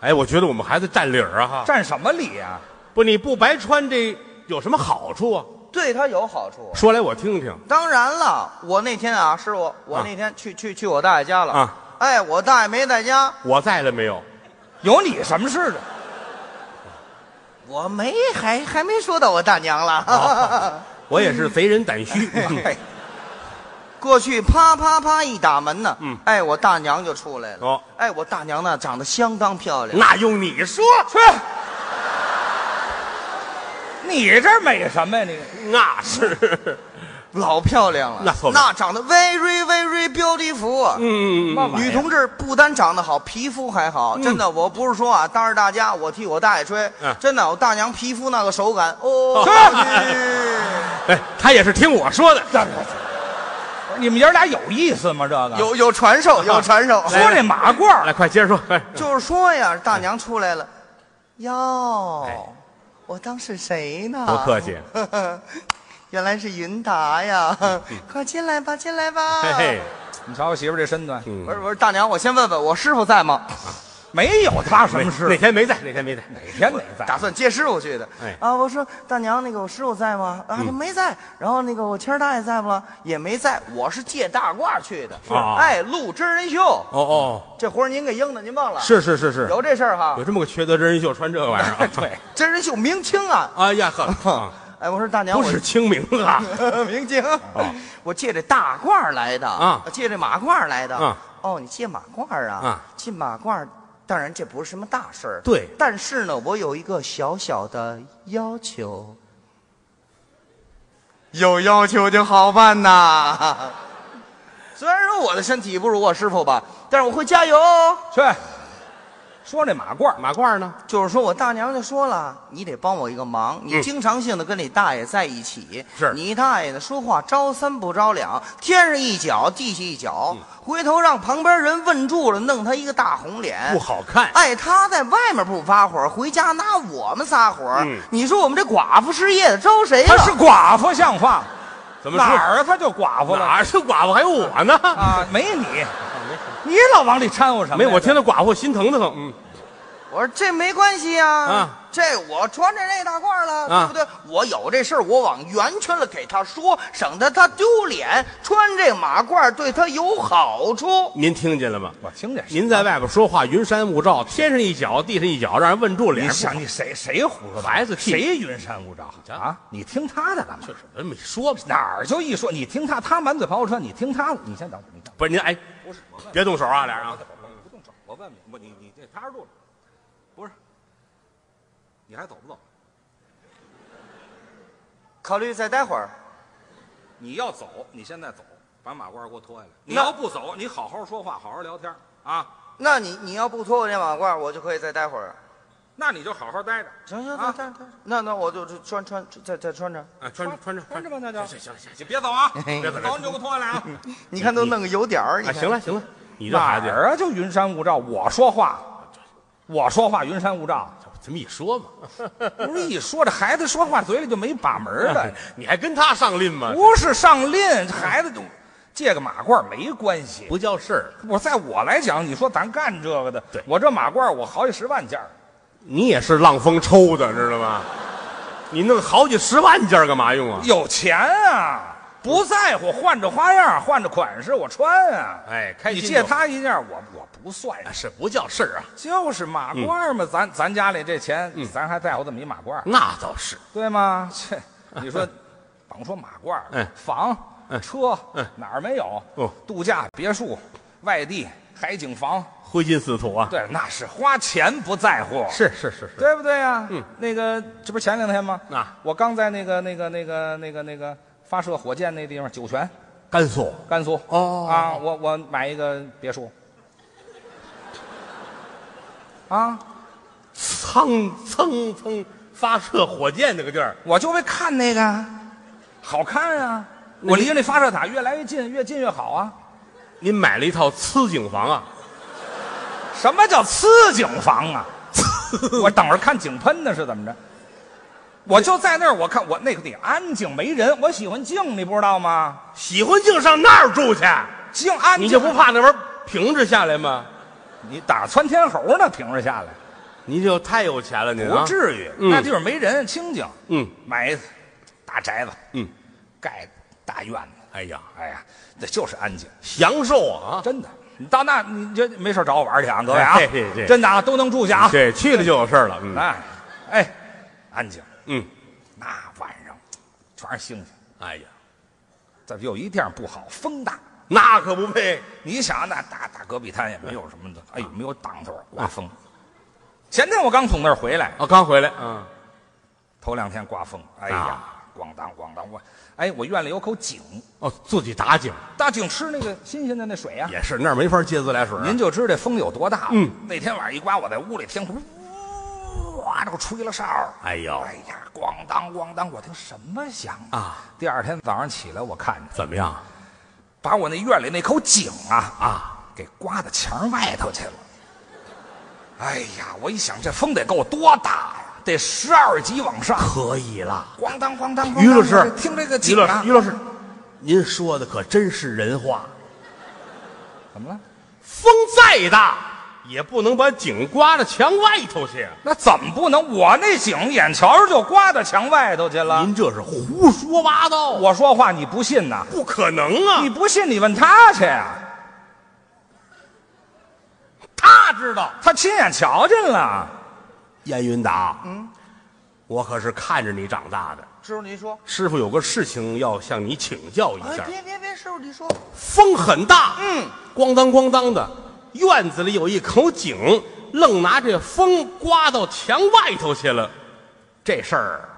Speaker 1: 哎，我觉得我们孩子占理儿啊哈！
Speaker 2: 占什么理呀？
Speaker 1: 不，你不白穿这有什么好处啊？
Speaker 3: 对他有好处。
Speaker 1: 说来我听听。
Speaker 3: 当然了，我那天啊，师傅，我那天去、去去我大爷家了
Speaker 1: 啊，
Speaker 3: 哎，我大爷没在家，
Speaker 1: 我在了没有？
Speaker 2: 有你什么事的？啊
Speaker 3: 我没还还没说到我大娘了。
Speaker 1: 我也是贼人胆虚。
Speaker 2: 哎
Speaker 3: 过去啪啪啪一打门呢，
Speaker 1: 嗯
Speaker 3: 哎，我大娘就出来了。
Speaker 1: 哦
Speaker 3: 哎，我大娘呢长得相当漂亮，
Speaker 1: 那用你说？
Speaker 2: 去，你这美什么呀？你
Speaker 1: 那是，
Speaker 3: 老漂亮了，
Speaker 1: 那错不了
Speaker 3: 那长得 very very beautiful 啊。
Speaker 1: 嗯，
Speaker 2: 妈玩意
Speaker 3: 女
Speaker 2: 儿
Speaker 3: 同志不单长得好，皮肤还好，真的，我不是说啊，当着大家，我替我大爷吹
Speaker 1: 嗯，
Speaker 3: 真的，我大娘皮肤那个手感， 哦，
Speaker 1: 是哎，他也是听我说的。
Speaker 2: 这你们爷儿俩有意思吗？这个
Speaker 3: 有有传授， 有传授，
Speaker 2: 说这马褂儿
Speaker 1: 来，快接着说。哎
Speaker 3: 就是说呀，大娘出来了，哟
Speaker 1: 哎，
Speaker 3: 我当是谁呢？
Speaker 1: 多客气，
Speaker 3: 原来是云达呀！快进来吧，进来吧。
Speaker 1: 嗯嘿嘿，嗯
Speaker 2: 你瞧我媳妇儿这身段，
Speaker 3: 不是不是，大娘，我先问问我师傅在吗？
Speaker 2: 没有他什么事。
Speaker 1: 那天没在，那天没在。
Speaker 2: 哪天哪在？
Speaker 3: 打算接师傅去的。
Speaker 1: 哎嗯
Speaker 3: 啊，我说大娘，那个我师傅在吗？啊，他没在。然后那个我谦儿大爷在吗？也没在。我是借大褂去的。
Speaker 1: 啊
Speaker 3: 哎，录真人秀，
Speaker 1: 哦哦，
Speaker 3: 这活儿您给应的，您忘了？
Speaker 1: 是是是是，
Speaker 3: 有这事儿哈
Speaker 1: 有。啊这么个缺德真人秀，穿这个玩意儿啊。
Speaker 2: 对，
Speaker 3: 真人秀明清啊。
Speaker 1: 哎呀呵，啊
Speaker 3: 哎，我说大娘，
Speaker 1: 不
Speaker 3: 我
Speaker 1: 是清明啊，
Speaker 3: 明镜，我借这大褂儿来的
Speaker 1: 啊
Speaker 3: 借这马褂儿来的
Speaker 1: 啊。
Speaker 3: 哦，你借马褂儿啊？
Speaker 1: 啊，
Speaker 3: 借马褂儿，当然这不是什么大事儿。
Speaker 1: 对
Speaker 3: 但是呢，我有一个小小的要求。有要求就好办呐。 虽然说我的身体不如我师傅吧，但是我会加油哦。
Speaker 2: 去说这马褂儿，
Speaker 1: 马褂呢？
Speaker 3: 就是说我大娘就说了，你得帮我一个忙，你经常性的跟你大爷在一起，
Speaker 1: 嗯是
Speaker 3: 你大爷呢说话着三不着两，天上一脚地下一
Speaker 1: 嗯
Speaker 3: 脚，回头让旁边人问住了，弄他一个大红脸，
Speaker 1: 不好看。
Speaker 3: 哎，他在外面不发火，回家拿我们撒火，
Speaker 1: 嗯
Speaker 3: 你说我们这寡妇失业的招谁
Speaker 2: 他是
Speaker 3: 了？
Speaker 2: 寡妇像话，
Speaker 1: 怎么说
Speaker 2: 哪儿他就寡妇了
Speaker 1: 哪儿是寡妇还有我呢？
Speaker 2: 啊？没你，你老往里掺和什么
Speaker 1: 没，
Speaker 2: 呀？
Speaker 1: 我听到寡妇心疼的很。嗯，
Speaker 3: 我说这没关系呀、
Speaker 1: 啊
Speaker 3: 这我穿着那大褂了，
Speaker 1: 啊
Speaker 3: 对不对？我有这事儿，我往圆圈了给他说，省得他丢脸。穿这马褂对他有好处。
Speaker 1: 您听见了吗？
Speaker 2: 我听见
Speaker 1: 您在外边说话云山雾罩，天上一脚，地上一脚，让人问住脸
Speaker 2: 你
Speaker 1: 不好。
Speaker 2: 想你谁谁胡说八道？
Speaker 1: 孩子气
Speaker 2: 谁云山雾罩
Speaker 1: 瞧
Speaker 2: 啊？你听他的干嘛？
Speaker 1: 什么没说嘛？
Speaker 2: 哪儿就一说你听他，他满嘴跑火车，你听他的。你先等会儿，你等
Speaker 1: 不是您哎，别动手啊，俩人啊。
Speaker 2: 会儿，我不动手，我问问你，你你这踏实住了，不是？你还走不走？
Speaker 3: 考虑再待会儿。
Speaker 2: 你要走，你现在走，把马褂给我脱下来。
Speaker 3: 你要
Speaker 2: 不走，你好好说话，好好聊天啊，
Speaker 3: 那你你要不脱我这马褂，我就可以再待会儿。
Speaker 2: 那你就好好待着。
Speaker 3: 行行
Speaker 2: 啊
Speaker 3: 行行行，那那我就穿穿再再穿着。
Speaker 1: 啊，穿着穿着
Speaker 2: 穿着吧那就
Speaker 1: 行行行
Speaker 2: 你别走啊！
Speaker 3: 嘿
Speaker 1: 别走
Speaker 2: 走你就给我脱下来啊！
Speaker 3: 你啊看都弄个油点儿，你
Speaker 1: 行，哎，
Speaker 3: 看
Speaker 1: 行了行了，你这
Speaker 2: 哪
Speaker 1: 孩子呀
Speaker 2: 儿啊？就云山雾罩。我说话，我说话云山雾罩。
Speaker 1: 这么一说嘛，
Speaker 2: 不是一说这孩 子说话嘴里就没把门儿的，
Speaker 1: 你还跟他上拎吗？
Speaker 2: 不是上拎，这孩子就借个马褂没关系。
Speaker 1: 不叫事儿。
Speaker 2: 我在我来讲，你说咱干这个的，
Speaker 1: 对
Speaker 2: 我这马褂我好几十万件儿
Speaker 1: 你也是浪风抽的，知道吗？你弄好几十万件儿干嘛用啊？
Speaker 2: 有钱啊，不在乎，换着花样，换着款式，我穿啊。
Speaker 1: 哎，开
Speaker 2: 你
Speaker 1: 心就
Speaker 2: 借他一件，我我不算
Speaker 1: 哎嗯是不叫事儿啊？
Speaker 2: 就是马褂嘛，咱咱家里这钱，
Speaker 1: 嗯
Speaker 2: 咱还带我这么一马褂，
Speaker 1: 那倒是，
Speaker 2: 对吗？ 切，你说，甭说马褂，
Speaker 1: 嗯
Speaker 2: 房、
Speaker 1: 嗯
Speaker 2: 车，
Speaker 1: 嗯
Speaker 2: 哪儿没有？
Speaker 1: 哦
Speaker 2: 度假别墅、外地海景房，
Speaker 1: 灰金四土啊。
Speaker 2: 对，那是花钱不在乎，
Speaker 1: 是是是是，
Speaker 2: 对不对呀、
Speaker 1: 嗯，
Speaker 2: 那个这不是前两天吗？
Speaker 1: 啊，
Speaker 2: 我刚在那个那个那个那个那个发射火箭那地方，酒泉，
Speaker 1: 甘肃
Speaker 2: 甘肃。
Speaker 1: 哦
Speaker 2: 啊，我我买一个别墅。啊，
Speaker 1: 蹭蹭蹭发射火箭那个地儿，
Speaker 2: 我就为看那个，好看啊！
Speaker 1: 那
Speaker 2: 我
Speaker 1: 你
Speaker 2: 离着那发射塔越来越近，越近越好啊！
Speaker 1: 您买了一套次景房啊？
Speaker 2: 什么叫次景房啊？ 我等会儿看井喷呢，是怎么着？我就在那儿，我看我那个地安静没人，我喜欢静，你不知道吗？
Speaker 1: 喜欢净上那儿住去，
Speaker 2: 静安静，
Speaker 1: 你就不怕那玩意儿平着下来吗？
Speaker 2: 你打窜天猴呢？平着下来
Speaker 1: 您就太有钱了，您啊
Speaker 2: 不至于，
Speaker 1: 嗯
Speaker 2: 那地方没人，清静。
Speaker 1: 嗯，
Speaker 2: 买大宅子，
Speaker 1: 嗯，
Speaker 2: 盖大院子，
Speaker 1: 哎呀，
Speaker 2: 哎呀，这就是安静，
Speaker 1: 享受啊！
Speaker 2: 真的。你到那你就没事找我玩去啊，各位啊
Speaker 1: 哎对对，
Speaker 2: 真的啊，都能住下啊。
Speaker 1: 对，去了就有事儿了。嗯
Speaker 2: 哎，哎，安静，
Speaker 1: 嗯，
Speaker 2: 那晚上全是星星。
Speaker 1: 哎呀，
Speaker 2: 这有一地儿不好，风大。
Speaker 1: 那可不配。
Speaker 2: 你想，那大大戈壁滩也没有什么的，哎呦，没有挡头，刮风。前天我刚从那儿回来，
Speaker 1: 啊，刚回来，嗯，
Speaker 2: 头两天刮风，哎呀
Speaker 1: 啊，
Speaker 2: 咣当咣当，我，哎，我院里有口井，
Speaker 1: 哦，自己打井
Speaker 2: 大井吃那个新鲜的那水呀、
Speaker 1: 也是，那儿没法接自来水啊。
Speaker 2: 您就知道风有多大了。
Speaker 1: 嗯，
Speaker 2: 那天晚上一刮，我在屋里听，哇，这个吹了哨儿，
Speaker 1: 哎呦
Speaker 2: 哎呀，咣当咣当，我听什么响啊？
Speaker 1: 啊，
Speaker 2: 第二天早上起来，我看见
Speaker 1: 怎么样
Speaker 2: 把我那院里那口井啊
Speaker 1: 啊？
Speaker 2: 给刮到墙外头去了。哎呀，我一想这风得够多大呀，得十二级往上，
Speaker 1: 可以了，
Speaker 2: 咣当咣当。咣当
Speaker 1: 于老师，
Speaker 2: 听这个
Speaker 1: 于
Speaker 2: 井
Speaker 1: 老
Speaker 2: 啊
Speaker 1: 师，于，老师，您说的可真是人话。
Speaker 2: 怎么了？
Speaker 1: 风再大，也不能把井刮到墙外头去。
Speaker 2: 那怎么不能？我那井眼瞧着就刮到墙外头去了。
Speaker 1: 您这是胡说八道，啊
Speaker 2: 我说话你不信呐？
Speaker 1: 不可能啊
Speaker 2: 你！不信你问他去呀、
Speaker 1: 他知道，
Speaker 2: 他亲眼瞧见了。
Speaker 1: 燕云达，嗯，我可是看着你长大的。
Speaker 3: 师傅您说，
Speaker 1: 师傅有个事情要向你请教一
Speaker 3: 哎，
Speaker 1: 下。
Speaker 3: 别别别，师傅你说，
Speaker 1: 风很大，
Speaker 3: 嗯，
Speaker 1: 咣当咣当的，院子里有一口井，愣拿这风刮到墙外头去了。这事儿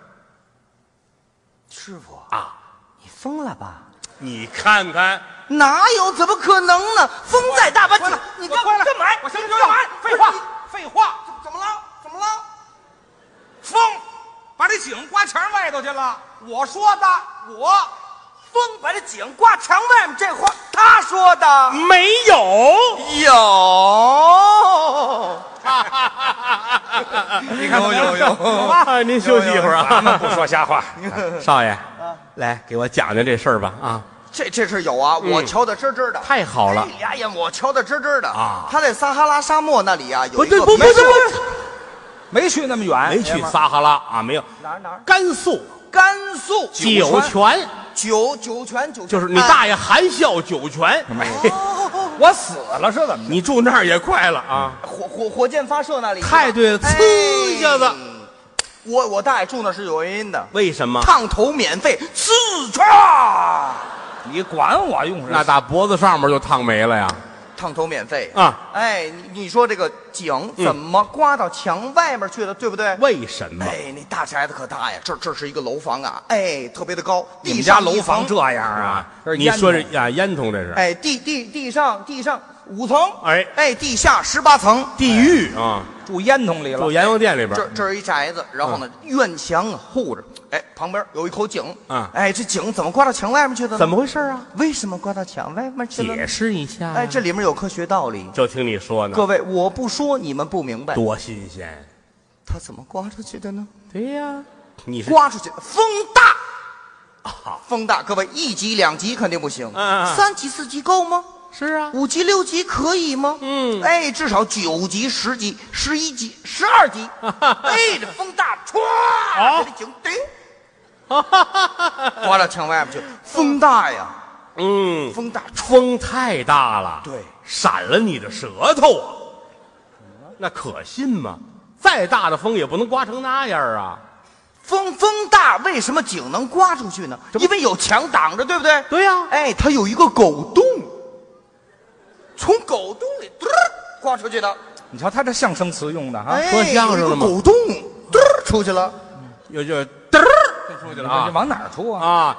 Speaker 3: 师傅
Speaker 1: 啊，
Speaker 3: 你疯了吧？
Speaker 1: 你看看，
Speaker 3: 哪有？怎么可能呢？风再大吧，你你干嘛干嘛？
Speaker 2: 我行
Speaker 3: 你
Speaker 2: 行
Speaker 3: 干嘛？
Speaker 2: 行，废
Speaker 3: 不是你
Speaker 2: 话废话，
Speaker 3: 怎么了？怎么了？
Speaker 2: 风把这井刮墙外头去了。我说的，我
Speaker 3: 风把这井挂墙外面，这话他说的。
Speaker 1: 没有。
Speaker 3: 有，
Speaker 1: 你
Speaker 2: 看怎么样有有有 有
Speaker 1: 啊！您休息一会儿
Speaker 2: 咱们
Speaker 1: 啊，
Speaker 2: 不说瞎话。
Speaker 1: 少爷，
Speaker 2: 啊
Speaker 1: 来给我讲讲这事儿吧啊！
Speaker 3: 这这事有
Speaker 1: 嗯
Speaker 3: 啊，我瞧得真真的。
Speaker 1: 太好
Speaker 2: 哎
Speaker 1: 了
Speaker 3: 这俩眼我瞧得真真的
Speaker 1: 啊
Speaker 3: 他在撒哈拉沙漠那里啊，有
Speaker 1: 不
Speaker 3: 一个
Speaker 1: 对，不不
Speaker 3: 没错
Speaker 1: 不
Speaker 2: 没去那么远，
Speaker 1: 不，没去撒哈拉啊，没有
Speaker 2: 哪儿哪儿
Speaker 1: 甘肃
Speaker 3: 甘肃
Speaker 1: 酒泉，
Speaker 3: 酒酒泉九泉，
Speaker 1: 就是
Speaker 2: 哎
Speaker 1: 你大爷含笑酒泉，
Speaker 2: 没。
Speaker 3: 哦
Speaker 2: 我死了是怎么
Speaker 1: 你住那儿也快了
Speaker 2: 哎
Speaker 1: 啊！
Speaker 3: 火火火箭发射那里。
Speaker 1: 太对了，呲一下子，
Speaker 3: 哎我我大爷住那是有原因的，
Speaker 1: 为什么？
Speaker 3: 烫头免费，刺
Speaker 2: 着？啊你管我用什么？
Speaker 1: 那打脖子上面就烫没了呀！
Speaker 3: 烫头免费
Speaker 1: 啊！嗯
Speaker 3: 哎，你你说这个井怎么刮到墙外面去了，对不对？
Speaker 1: 为什么？
Speaker 3: 哎，那大宅子可大呀，这这是一个楼房啊，哎，特别的高，
Speaker 2: 你
Speaker 3: 地
Speaker 2: 们家
Speaker 3: 上
Speaker 2: 楼
Speaker 3: 一
Speaker 2: 房
Speaker 3: 层
Speaker 2: 这样啊？是
Speaker 1: 哎你
Speaker 2: 烟
Speaker 1: 说
Speaker 2: 囱
Speaker 1: 这呀，烟囱这是
Speaker 3: 哎，地地地上地上五层，
Speaker 1: 哎
Speaker 3: 哎，地下十八层，哎
Speaker 1: 地狱啊！
Speaker 2: 住烟囱里
Speaker 1: 住
Speaker 2: 了？
Speaker 1: 阎王殿里边
Speaker 3: 这
Speaker 1: 儿，
Speaker 3: 这是一宅子，然后呢，院墙啊护着，哎，旁边有一口井，
Speaker 1: 嗯
Speaker 3: 哎，这井怎么刮到墙外面去的？
Speaker 1: 怎
Speaker 3: 么？
Speaker 1: 么回事啊？
Speaker 3: 为什么刮到墙外面去了呢？
Speaker 1: 解释一下呀。
Speaker 3: 哎，这里面有科学道理，
Speaker 1: 就听你说呢
Speaker 3: 各，位我不说你们不明白，
Speaker 1: 多新鲜！
Speaker 3: 它怎么刮出去的呢？
Speaker 1: 对呀，你是
Speaker 3: 刮出去，风大，风大，各位一级两级肯定不行，
Speaker 1: 啊嗯嗯
Speaker 3: 三级四级够吗？
Speaker 1: 是啊，
Speaker 3: 五级六级可以吗？
Speaker 1: 嗯
Speaker 3: 哎，至少九级、十级、十一级、十二 级。哎，这风大，歘，
Speaker 1: 啊
Speaker 3: 这井 顶，刮到墙外边去。风大呀，
Speaker 1: 嗯，
Speaker 3: 风大，
Speaker 1: 风太大了，
Speaker 3: 对
Speaker 1: 闪了你的舌头啊，那可信吗？再大的风也不能刮成那样啊！
Speaker 3: 风风大，为什么井能刮出去呢？因为有墙挡着，对不对？
Speaker 1: 对呀
Speaker 3: 哎，它有一个狗洞，从狗洞里嘟儿刮出去的。
Speaker 2: 你瞧他这相声词用的哈，
Speaker 3: 哎，
Speaker 1: 说相声
Speaker 3: 有
Speaker 1: 的
Speaker 3: 一个
Speaker 1: 吗
Speaker 3: 狗洞嘟儿出去了。
Speaker 1: 又就嘚儿就出去了
Speaker 2: 你
Speaker 1: 啊
Speaker 2: 往哪儿吐啊？
Speaker 1: 啊！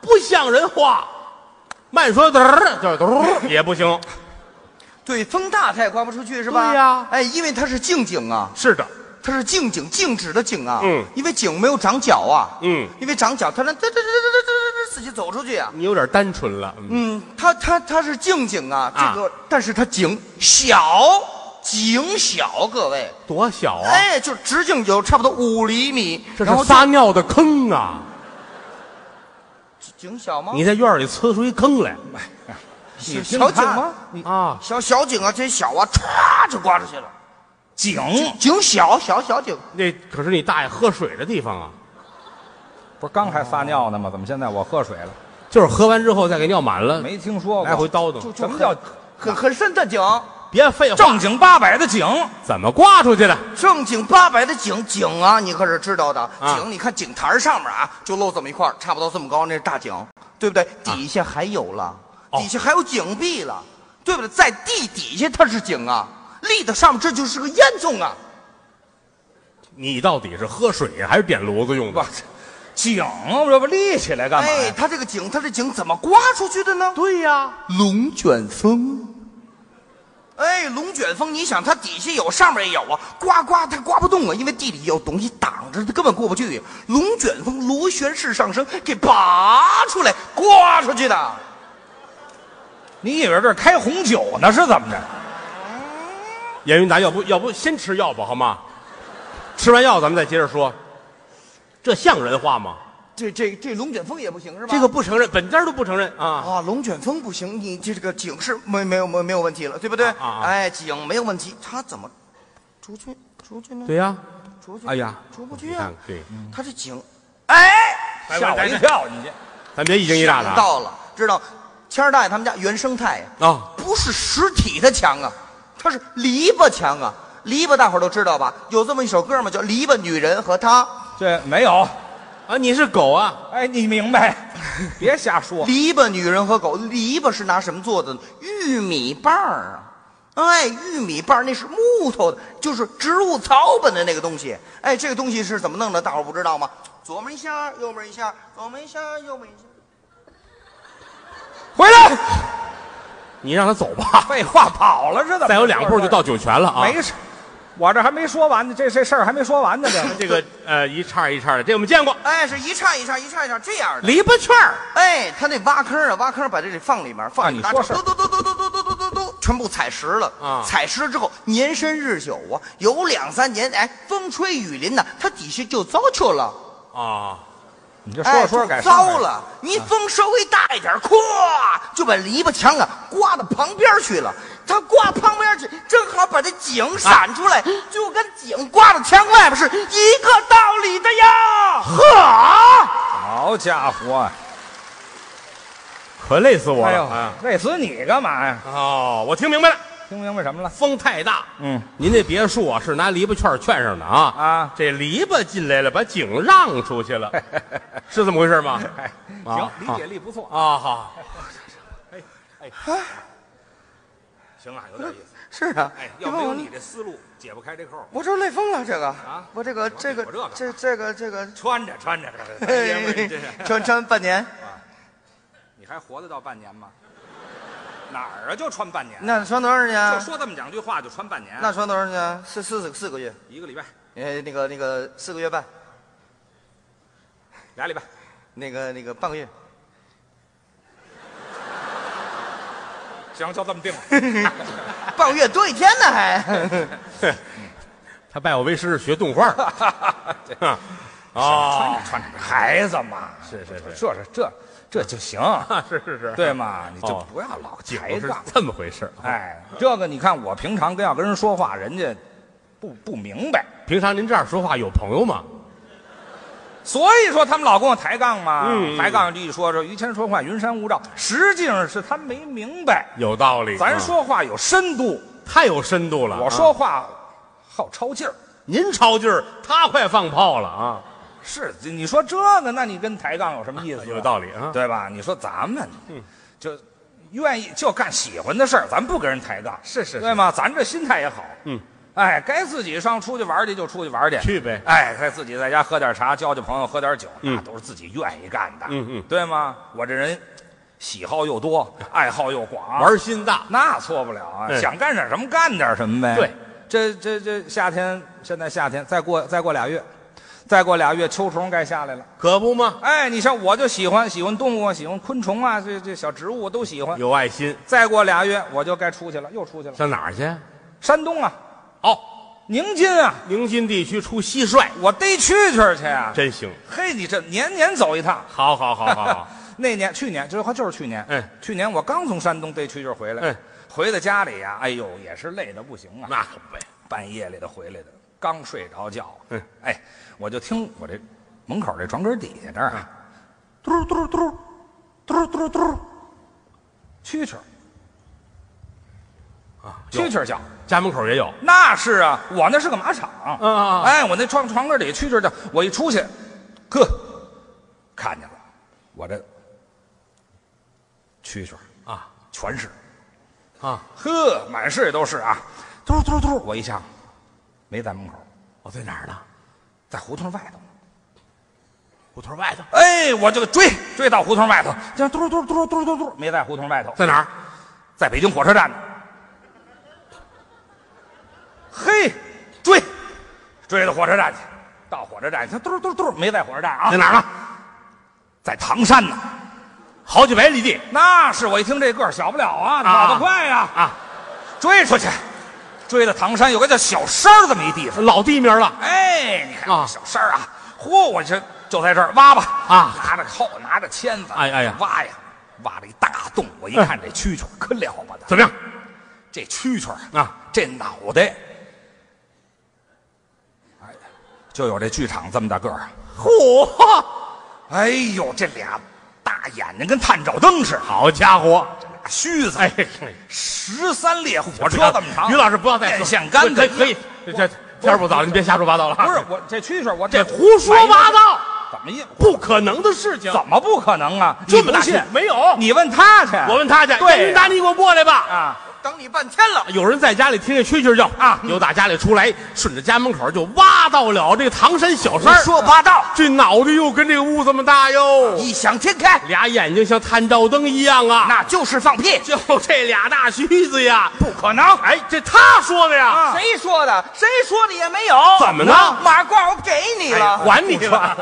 Speaker 1: 不像人话，慢说嘚儿就是嘟儿也不行。
Speaker 3: 对，风大它也刮不出去是吧？
Speaker 1: 对呀
Speaker 3: 哎，因为它是静井啊，
Speaker 1: 是的，
Speaker 3: 它是静井，静止的井啊。
Speaker 1: 嗯
Speaker 3: 因为井没有长角啊。
Speaker 1: 嗯，
Speaker 3: 因为长角，它能嘚嘚嘚嘚嘚嘚嘚自己走出去啊。
Speaker 1: 你有点单纯了。嗯
Speaker 3: 嗯，它它它是静井啊，
Speaker 1: 啊
Speaker 3: 这个，但是它井小，井小，各位，
Speaker 1: 多小啊！
Speaker 3: 哎，就直径有差不多五厘米，
Speaker 1: 这
Speaker 3: 然
Speaker 1: 是
Speaker 3: 后
Speaker 1: 撒尿的坑啊！
Speaker 3: 就井小吗？
Speaker 1: 你在院里呲出一坑来
Speaker 2: 你听
Speaker 3: 小井
Speaker 2: 他
Speaker 3: 吗？？
Speaker 1: 啊！
Speaker 3: 小小井啊，这小啊，歘就刮出去了。
Speaker 2: 井
Speaker 3: 井小小小井，
Speaker 1: 那可是你大爷喝水的地方啊，
Speaker 2: 不是刚还撒尿呢吗？怎么现在我喝水了？
Speaker 1: 就是喝完之后再给尿满了，
Speaker 2: 没听说过。
Speaker 1: 呃来回叨叨
Speaker 2: 就什么叫
Speaker 3: 很很深的井，
Speaker 1: 别废话，
Speaker 2: 正经八百的井？
Speaker 1: 怎么挂出去的？
Speaker 3: 正经八百的井井啊，你可是知道的。
Speaker 1: 啊
Speaker 3: 井，你看井台上面啊，就露这么一块儿，差不多这么高，那是大井，对不
Speaker 2: 啊
Speaker 3: 对？底下还有了，
Speaker 1: 哦
Speaker 3: 底下还有井壁了，对不对？在地底下它是井啊，立在上面这就是个烟囱啊。
Speaker 1: 你到底是喝水还是点炉子用
Speaker 2: 不
Speaker 1: 的？，
Speaker 2: 井啊这不立起来干嘛
Speaker 3: 哎，
Speaker 2: 呀？
Speaker 3: 它这个井，它这井怎么刮出去的呢？
Speaker 1: 对呀、
Speaker 3: 龙卷风。哎，龙卷风，你想它底下有，上面也有啊，刮刮它刮不动啊，因为地里有东西挡着，它根本过不去。龙卷风螺旋式上升，给拔出来，刮出去的。
Speaker 2: 你以为这是开红酒呢？是怎么着？
Speaker 1: 演员达，要不要不先吃药吧，好吗？吃完药咱们再接着说，这像人话吗？
Speaker 3: 这这这龙卷风也不行是吧？
Speaker 1: 这个不承认，本家都不承认啊！
Speaker 3: 啊，龙卷风不行，你这这个井是没没有没有没有问题了，对不对？
Speaker 1: 啊啊
Speaker 3: 哎，井没有问题，它怎么出去出去呢？
Speaker 1: 对呀、
Speaker 3: 出去，
Speaker 1: 哎呀，
Speaker 3: 出不
Speaker 1: 你
Speaker 3: 去啊
Speaker 1: 看！，对，
Speaker 3: 它这井，哎。
Speaker 2: 吓我一跳！你这
Speaker 1: 咱别一惊一乍的
Speaker 3: 想
Speaker 1: 啊！
Speaker 3: 到了，知道谦儿大爷他们家原生态呀、
Speaker 1: 啊
Speaker 3: 不是实体的墙啊，它是篱笆墙啊。篱笆大伙儿都知道吧？有这么一首歌嘛，叫《篱笆女人和她》。
Speaker 2: 这没有。
Speaker 1: 啊，你是狗啊？
Speaker 2: 哎，你 明白？别瞎说。
Speaker 3: 篱笆女人和狗，篱笆是拿什么做的呢？玉米棒儿啊。哎，玉米棒儿那是木头的，就是植物草本的那个东西。哎，这个东西是怎么弄的？大伙儿不知道吗？左门一下，右门一下，左门一下，右门一下。
Speaker 2: 回来，
Speaker 1: 你让它走吧，
Speaker 2: 废话，跑了是怎 么着？
Speaker 1: 再有两步就到酒泉了啊！
Speaker 2: 没事，我这还没说完呢，这这事儿还没说完呢，这
Speaker 1: 这个呃一叉一叉的，这我们见过，
Speaker 3: 哎，是一叉一叉一叉一叉这样的。
Speaker 1: 篱笆圈儿
Speaker 3: 哎，他那挖坑啊，挖坑把这得放里面，放里面
Speaker 2: 啊你说事儿
Speaker 3: 嘟嘟嘟嘟嘟嘟嘟嘟嘟嘟，全部踩实了
Speaker 1: 啊
Speaker 3: 踩实了之后，年深日久啊，有两三年，哎，风吹雨淋呐，它底下就糟丘了，
Speaker 1: 啊，
Speaker 2: 你这说
Speaker 3: 哎，
Speaker 2: 着说着啊改
Speaker 3: 就糟
Speaker 2: 上
Speaker 3: 了。你风稍微大一点，咵就把篱笆墙啊刮到旁边去了。它刮旁边去，正好把这井闪出
Speaker 2: 啊
Speaker 3: 来，就跟井刮到墙外边是一个道理的呀。
Speaker 2: 海
Speaker 3: 呵，
Speaker 2: 好家伙，
Speaker 1: 可累死我
Speaker 2: 哎
Speaker 1: 了！
Speaker 2: 呦
Speaker 1: 啊，
Speaker 2: 累死你干嘛呀？
Speaker 1: 哦，我听明白了，
Speaker 2: 听明白什么了？
Speaker 1: 风太大，
Speaker 2: 嗯，
Speaker 1: 您这别墅啊是拿篱笆圈儿圈上的啊
Speaker 2: 啊
Speaker 1: 这篱笆进来了，把井让出去 了，是这么回事吗？
Speaker 2: 哎，行
Speaker 1: 啊，
Speaker 2: 理解力不错。
Speaker 1: 啊，好，哎哎，行啊，有点意 思。
Speaker 3: 是啊，
Speaker 1: 哎，
Speaker 3: 你
Speaker 1: 要
Speaker 3: 看
Speaker 1: 没有
Speaker 3: 我
Speaker 1: 你这思路，解不开这扣儿。
Speaker 3: 我这累疯了，这个
Speaker 1: 啊
Speaker 3: 我这个
Speaker 1: 我
Speaker 3: 这个
Speaker 1: 我这个
Speaker 3: 这这个这个，
Speaker 2: 穿着穿着，这大爷们儿，你这是
Speaker 3: 哎穿穿半年，
Speaker 2: 你还活得到半年吗？哪儿啊？就穿半年？
Speaker 3: 那穿多长时
Speaker 2: 就
Speaker 3: 间？
Speaker 2: 说这啊么两句话就穿半年？
Speaker 3: 那穿多长时间？四四四四个月，
Speaker 2: 一个礼拜，
Speaker 3: 呃，那个那个四个月半，
Speaker 2: 俩礼拜，
Speaker 3: 那个那个半个月，
Speaker 2: 行，就这么定 了。
Speaker 3: 半个月多一天呢还。
Speaker 1: 他拜我为师是学动画的啊
Speaker 2: 穿
Speaker 1: 啊
Speaker 2: 着，穿着，哦孩子嘛，
Speaker 1: 是是是
Speaker 2: 这是这这就行，
Speaker 1: 啊是是是，
Speaker 2: 对嘛？你就
Speaker 1: 哦
Speaker 2: 不要老
Speaker 1: 景
Speaker 2: 抬
Speaker 1: 是
Speaker 2: 杠。
Speaker 1: 这么回事儿。啊
Speaker 2: 哎，这个你看，我平常跟要跟人说话，人家不不明白，
Speaker 1: 平常您这样说话有朋友吗？
Speaker 2: 所以说他们老跟我抬杠嘛，
Speaker 1: 嗯
Speaker 2: 抬杠就一说说于谦说话云山雾罩，实际上是他没明白，
Speaker 1: 有道理，
Speaker 2: 咱
Speaker 1: 啊
Speaker 2: 说话有深度，
Speaker 1: 太有深度了。
Speaker 2: 我
Speaker 1: 啊
Speaker 2: 说话好超劲儿。
Speaker 1: 您抄劲儿，他快放炮了啊！
Speaker 2: 是，你说这个，那你跟抬杠有什么意思？
Speaker 1: 有道理嗯啊，
Speaker 2: 对吧？你说咱们，就愿意就干喜欢的事儿，咱不跟人抬杠，
Speaker 1: 是是是
Speaker 2: 对吗？咱这心态也好，
Speaker 1: 嗯，
Speaker 2: 哎，该自己上出去玩儿去就出去玩儿去，
Speaker 1: 去呗
Speaker 2: 哎，该自己在家喝点茶，交交朋友，喝点酒，那
Speaker 1: 嗯
Speaker 2: 都是自己愿意干的，
Speaker 1: 嗯嗯
Speaker 2: 对吗？我这人喜好又多，爱好又广，
Speaker 1: 玩心大，
Speaker 2: 那错不了啊，
Speaker 1: 嗯
Speaker 2: 想干点什么干点什么呗。
Speaker 1: 对，
Speaker 2: 这这这夏天，现在夏天，再过再过俩月，再过俩月秋虫该下来了。
Speaker 1: 可不吗？
Speaker 2: 哎，你像我就喜欢喜欢动物啊，喜欢昆虫啊，这这小植物我都喜欢。
Speaker 1: 有爱心，
Speaker 2: 再过俩月我就该出去了，又出去了，
Speaker 1: 上哪儿去？
Speaker 2: 山东啊，
Speaker 1: 哦，
Speaker 2: 宁津啊，
Speaker 1: 宁津地区出蟋蟀，
Speaker 2: 我逮蛐蛐去啊。
Speaker 1: 真行！
Speaker 2: 嘿，你这年年走一趟。
Speaker 1: 好好好好好，
Speaker 2: 那年去年，这话就是去年。
Speaker 1: 嗯，
Speaker 2: 去年我刚从山东逮蛐蛐回来，
Speaker 1: 嗯
Speaker 2: 回到家里呀、哎呦，也是累得不行啊，
Speaker 1: 那可不呗。
Speaker 2: 半夜里头回来的，刚睡着觉。
Speaker 1: 嗯，
Speaker 2: 哎，我就听我这门口这床根底下这儿啊，嘟噜嘟噜嘟噜嘟噜嘟噜嘟噜，蛐蛐儿。
Speaker 1: 有
Speaker 2: 蛐蛐儿叫，
Speaker 1: 家门口也有，
Speaker 2: 那是啊，我那是个马场，
Speaker 1: 嗯嗯嗯
Speaker 2: 哎，我那床床根底蛐蛐儿叫，我一出去，呵，看见了，我这蛐蛐儿
Speaker 1: 啊
Speaker 2: 全是，
Speaker 1: 啊！
Speaker 2: 呵，满世界都是啊，嘟噜嘟噜嘟噜，我一想，没在门口，
Speaker 1: 我哦在哪儿呢？
Speaker 2: 在胡同外头呢，
Speaker 1: 胡同外头，
Speaker 2: 哎，我就追追到胡同外头，这样嘟噜嘟噜嘟噜嘟噜嘟噜嘟噜，没在胡同外头，
Speaker 1: 在哪儿？
Speaker 2: 在北京火车站呢。嘿，追，追到火车站去，到火车站去，嘟噜嘟噜嘟噜，没在火车站啊
Speaker 1: 在，哪儿呢？
Speaker 2: 在唐山呢。
Speaker 1: 好几百里地
Speaker 2: 那是我一听这个儿小不了啊，
Speaker 1: 啊
Speaker 2: 跑得快呀、
Speaker 1: 啊，
Speaker 2: 追出去，追到唐山有个叫小山儿这么一地方。
Speaker 1: 老地名了。
Speaker 2: 哎，你看
Speaker 1: 啊
Speaker 2: 小山儿啊，嚯，我这就在这儿挖吧
Speaker 1: 啊
Speaker 2: 拿着锆，拿着签子，
Speaker 1: 哎哎呀
Speaker 2: 挖呀，挖了一大洞。我一看这蛐蛐儿可了不得，
Speaker 1: 怎么样？
Speaker 2: 这蛐蛐儿
Speaker 1: 啊，
Speaker 2: 这脑袋，哎，就有这剧场这么大个儿啊。
Speaker 1: 嚯，
Speaker 2: 哎呦，这俩大眼睛跟探照灯似的，
Speaker 1: 好家伙！
Speaker 2: 俩须子，
Speaker 1: 哎，
Speaker 2: 十三列火
Speaker 1: 我
Speaker 2: 车这么长。
Speaker 1: 于老师不要再说
Speaker 2: 电线杆子
Speaker 1: 可以可以，这这天儿不早，您别瞎说八道了啊。
Speaker 2: 不是我这蛐蛐儿，我
Speaker 1: 这胡说八，道，
Speaker 2: 怎么一
Speaker 1: 不可能的事情。
Speaker 2: 怎么不可能啊？
Speaker 1: 这么大
Speaker 2: 你不信
Speaker 1: 劲？没有，
Speaker 2: 你问他去，
Speaker 1: 我问他去。
Speaker 2: 对呀
Speaker 1: 达，你给我过来吧。
Speaker 2: 啊，
Speaker 3: 等你半天了。
Speaker 1: 有人在家里听见蛐蛐叫啊，由打家里出来，顺着家门口就挖到了这个唐山小山儿，
Speaker 3: 说八道，
Speaker 1: 这脑袋又跟这个屋这么大哟，
Speaker 3: 异想天开，
Speaker 1: 俩眼睛像探照灯一样啊，
Speaker 3: 那就是放屁。
Speaker 1: 就这俩大须子呀，
Speaker 2: 不可能！
Speaker 1: 哎，这他说的呀，
Speaker 2: 啊
Speaker 3: 谁说的？谁说的也没有。
Speaker 1: 怎么呢
Speaker 3: 马褂我给你了，
Speaker 1: 哎还你了，啊